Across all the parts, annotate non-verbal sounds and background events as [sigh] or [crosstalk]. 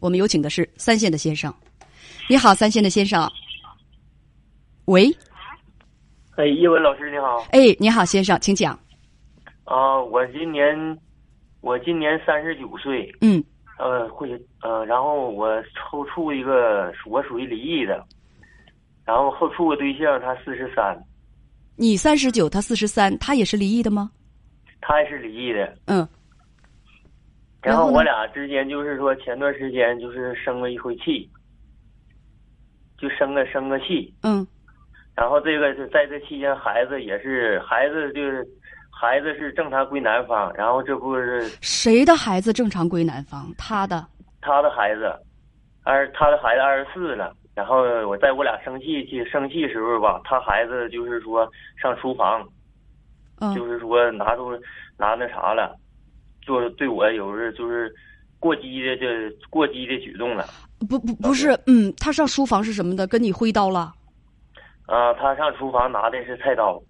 我们有请的是三线的先生。你好，三线的先生。喂，哎，叶文老师你好哎，你好，先生，请讲。啊，我今年我今年三十九岁，嗯，呃，会呃，然后我后处一个我属于离异的，然后后处个对象他四十三，你三十九，他四十三，他也是离异的吗？他也是离异的，嗯，然然后后呢我俩之间就是说前段时间就是生了一回气，就生了生个气，嗯，然后这个是在这期间，孩子也是孩子就是孩子是正常归男方，然后这不是谁的孩子正常归男方？他的。他的孩子，二他的孩子二十四了。然后我在我俩生气去生气时候吧，他孩子就是说上厨房，嗯就是说拿出拿那啥了，就是对我有时就是过激的这过激的举动了。不不不是，嗯，他上书房是什么的，跟你挥刀了，啊，他上厨房拿的是菜刀，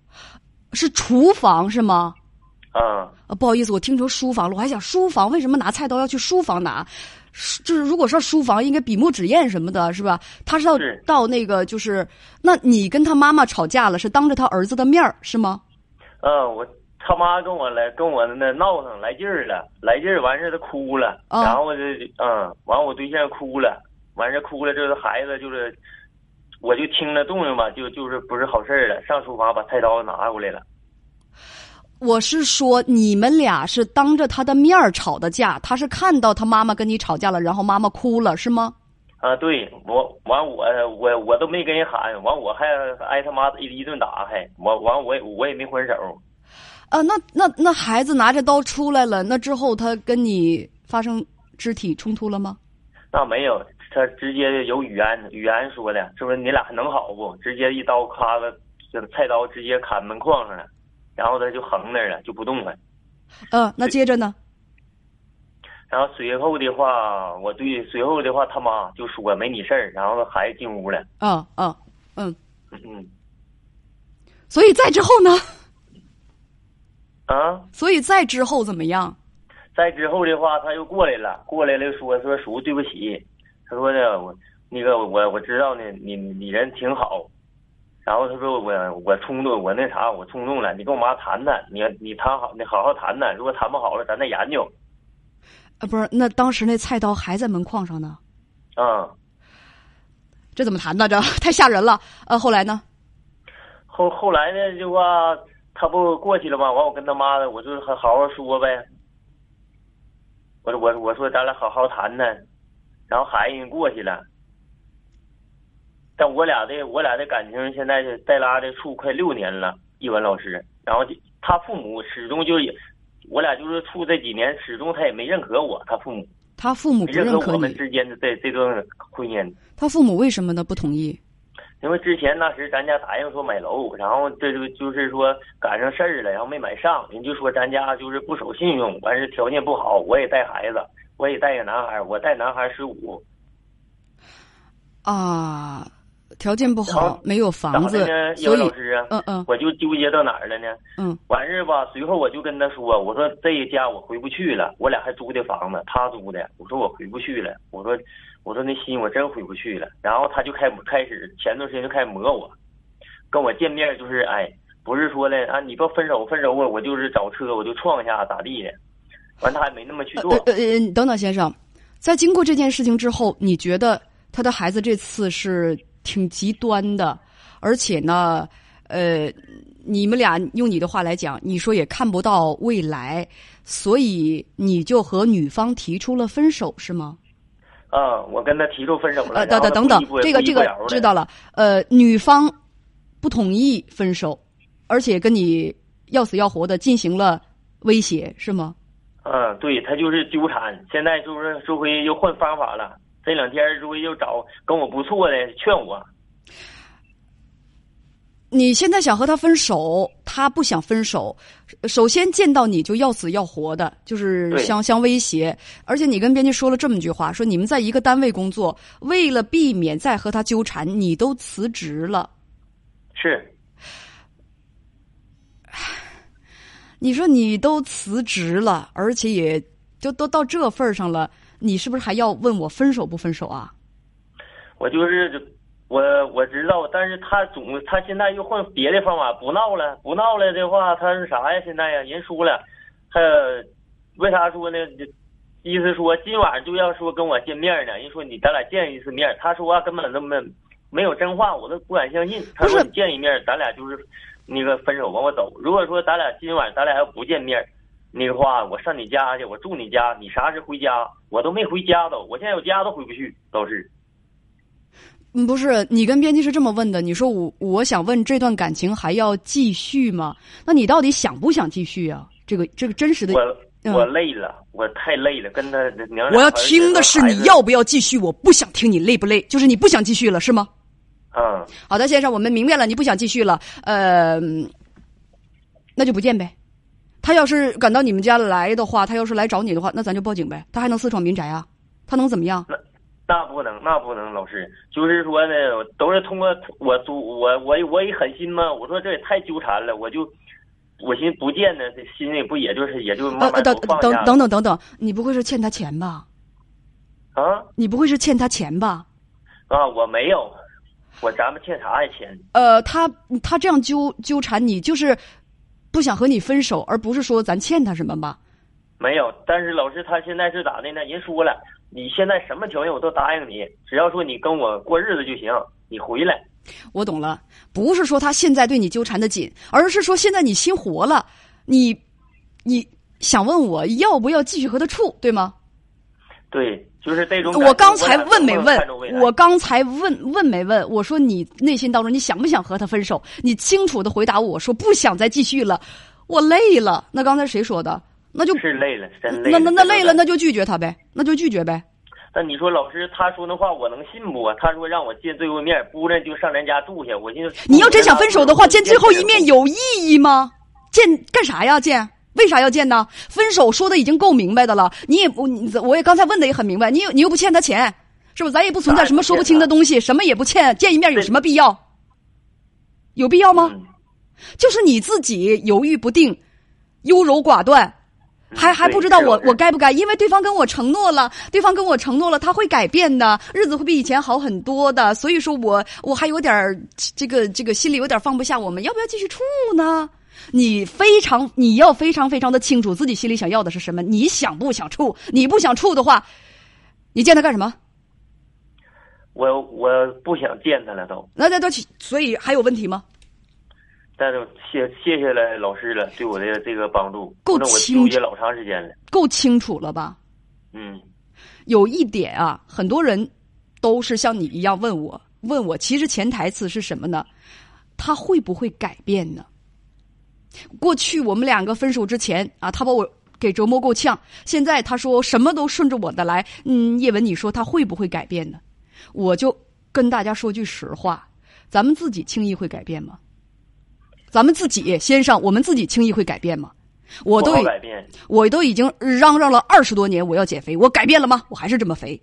是厨房是吗？啊呃，不好意思，我听成书房了，我还想书房为什么拿菜刀要去书房拿？书就是如果上书房，应该笔墨纸砚什么的，是吧？他是要是到那个就是，那你跟他妈妈吵架了，是当着他儿子的面儿是吗？啊，我他妈跟我来跟我那闹腾来劲儿了，来劲儿完事儿他哭了，啊然后这嗯，完我对象哭了，完事儿哭了，这个孩子就是，我就听着动静吧，就就是不是好事儿了，上厨房把菜刀拿过来了，我是说你们俩是当着他的面儿吵的架，他是看到他妈妈跟你吵架了，然后妈妈哭了是吗？啊，对我完我我我都没跟人喊，完我还挨他妈一一顿打，还完完我也我也没还手，呃，那那那孩子拿着刀出来了，那之后他跟你发生肢体冲突了吗？那没有，他直接有语言语言说的，是不是你俩能好不？直接一刀咔的，这个菜刀直接砍门框上了，然后他就横那儿了，就不动了。呃，那接着呢？然后随后的话，我对随后的话，他妈就说没你事儿，然后孩子进屋了。啊啊嗯，嗯嗯所以在之后呢？啊，所以在之后怎么样？再之后的话，他又过来了，过来了又说说叔对不起，他说的我那个我我知道呢，你你人挺好，然后他说我我冲动我那啥我冲动了，你跟我妈谈谈，你你谈好你好好谈谈，如果谈不好了咱再研究。啊，不是，那当时那菜刀还在门框上呢，啊、这怎么谈呢？这 [laughs] 太吓人了。呃，后来呢？后后来呢就话他不过去了吗？完我跟他妈的，我就好好好说呗。我说我说我说咱俩好好谈谈，然后孩子过去了。但我俩的我俩的感情现在是带拉的处快六年了，一文老师。然后就他父母始终就是，我俩就是处这几年，始终他也没认可我，他父母他父母没不认认可可我们你，之间的这这段婚姻。他父母为什么呢？不同意。因为之前那时咱家答应说买楼，然后这就就是说赶上事儿了，然后没买上，人就说咱家就是不守信用，完事条件不好，我也带孩子，我也带个男孩儿，我带男孩十五，啊，条件不然好后，没有咋房的子呢？，叶所文老以，师啊，嗯嗯我就纠结到哪儿了呢？嗯，完事儿吧，随后我就跟他说，我说这一家我回不去了，我俩还租的房子，他租的，我说我回不去了，我说我说那心我真回不去了。然后他就开开始前段时间就开始磨我，跟我见面就是哎，不是说的啊，你不分手分手我我就是找车我就撞一下咋地的，完他还没那么去呃 [laughs] 做呃，呃，你等等，先生，在经过这件事情之后，你觉得他的孩子这次是挺极端的，而且呢，呃，你们俩用你的话来讲，你说也看不到未来，所以你就和女方提出了分手，是吗？啊，我跟他提出分手了，呃，等等等等，这个这个知道了，了。呃，女方不同意分手，而且跟你要死要活的进行了威胁，是吗？嗯，对他就是纠缠，现在就是这回又换方法了。这两天儿这回又找跟我不错的劝我，你现在想和他分手，他不想分手。首先见到你就要死要活的，就是对相相威胁。而且你跟编辑说了这么一句话，说你们在一个单位工作，为了避免再和他纠缠，你都辞职了。是你说你都辞职了，而且也就都到这份儿上了，你是不是还要问我分手不分手啊？我就是我我知道，但是他总他现在又换别的方法，不闹了，不闹了的话，他是啥呀？现在呀，人说了，他为啥说呢？意思说今晚就要说跟我见面呢，人说你咱俩见一次面，他说、啊、根本都没没有真话，我都不敢相信。他说不是你见一面，咱俩就是那个分手，完我走。如果说咱俩今晚咱俩要不见面，那个话我上你家去，我住你家，你啥时候回家？我都没回家都，我现在我家都回不去，都是。嗯，不是，你跟编辑是这么问的，你说我我想问这段感情还要继续吗？那你到底想不想继续啊？这个这个真实的，我嗯我累了，我太累了，跟他娘俩我要儿子听的是孩你子要不要继续，我不想听你累不累，就是你不想继续了是吗？嗯，好的，先生，我们明白了，你不想继续了，呃，嗯那就不见呗。他要是赶到你们家来的话，他要是来找你的话，那咱就报警呗。他还能私闯民宅啊？他能怎么样？那不能，那不能，老师，就是说呢，我都是通过我租我我我也狠心嘛，我说这也太纠缠了，我就我寻思不见呢，这心里不也就是也就呃慢呃，慢等都等放下了、等等等等，你不会是欠他钱吧？啊你不会是欠他钱吧？啊，我没有，我咱们欠啥呀钱？呃，他他这样纠纠缠你，就是不想和你分手，而不是说咱欠他什么吧？没有，但是老师他现在是咋的呢？人说了，你现在什么条件我都答应你，只要说你跟我过日子就行，你回来。我懂了，不是说他现在对你纠缠的紧，而是说现在你心活了，你你想问我要不要继续和他处，对吗？对，就是这种感觉。我刚才问没我问俩都没有看中未？来我刚才问问没问？我说你内心当中你想不想和他分手？你清楚的回答我说不想再继续了，我累了。那刚才谁说的？那就是累了，真累那那那累了，真的那就拒绝他呗，那就拒绝呗。但你说老师他说那话我能信不？他说让我见最后一面，不然就上咱家住去。我寻思你要真想分手的话，见最后一面有有意义吗？见干啥呀？见为啥要见呢？分手说的已经够明白的了，你也不，你我也刚才问的也很明白，你又你又不欠他钱，是不是？咱也不存在什么说不清的东西，什么也不欠，见一面有什么必要？有必要吗？嗯就是你自己犹豫不定，优柔寡断，还嗯还不知道我我该不该，因为对方跟我承诺了，对方跟我承诺了，他会改变的，日子会比以前好很多的，所以说我我还有点儿这个这个心里有点放不下，我们要不要继续处呢？你非常你要非常非常的清楚自己心里想要的是什么，你想不想处？你不想处的话，你见他干什么？我我不想见他了都。那那那，所以还有问题吗？但是谢谢谢了老师了，对我的这个帮助，够那我清纠结老长时间了。够清楚了吧？嗯有一点啊，很多人都是像你一样问我，问我，其实潜台词是什么呢？他会不会改变呢？过去我们两个分手之前啊，他把我给折磨够呛，现在他说什么都顺着我的来，嗯，叶文，你说他会不会改变呢？我就跟大家说句实话，咱们自己轻易会改变吗？咱们自己，先生，我们自己轻易会改变吗？我都不好已改变。我都已经嚷嚷了二十多年，我要减肥，我改变了吗？我还是这么肥，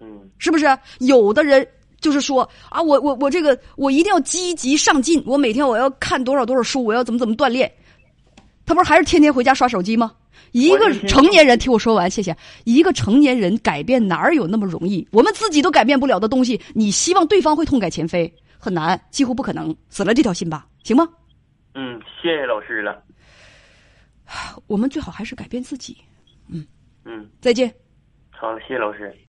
嗯是不是？有的人就是说啊，我我我这个我一定要积极上进，我每天我要看多少多少书，我要怎么怎么锻炼。他不是还是天天回家刷手机吗？一我个就是成年人，听我说完，谢谢。一个成年人改变哪儿有那么容易？我们自己都改变不了的东西，你希望对方会痛改前非，很难，几乎不可能。死了这条心吧，行吗？嗯，谢谢老师了。我们最好还是改变自己。嗯，再见。好，谢谢老师。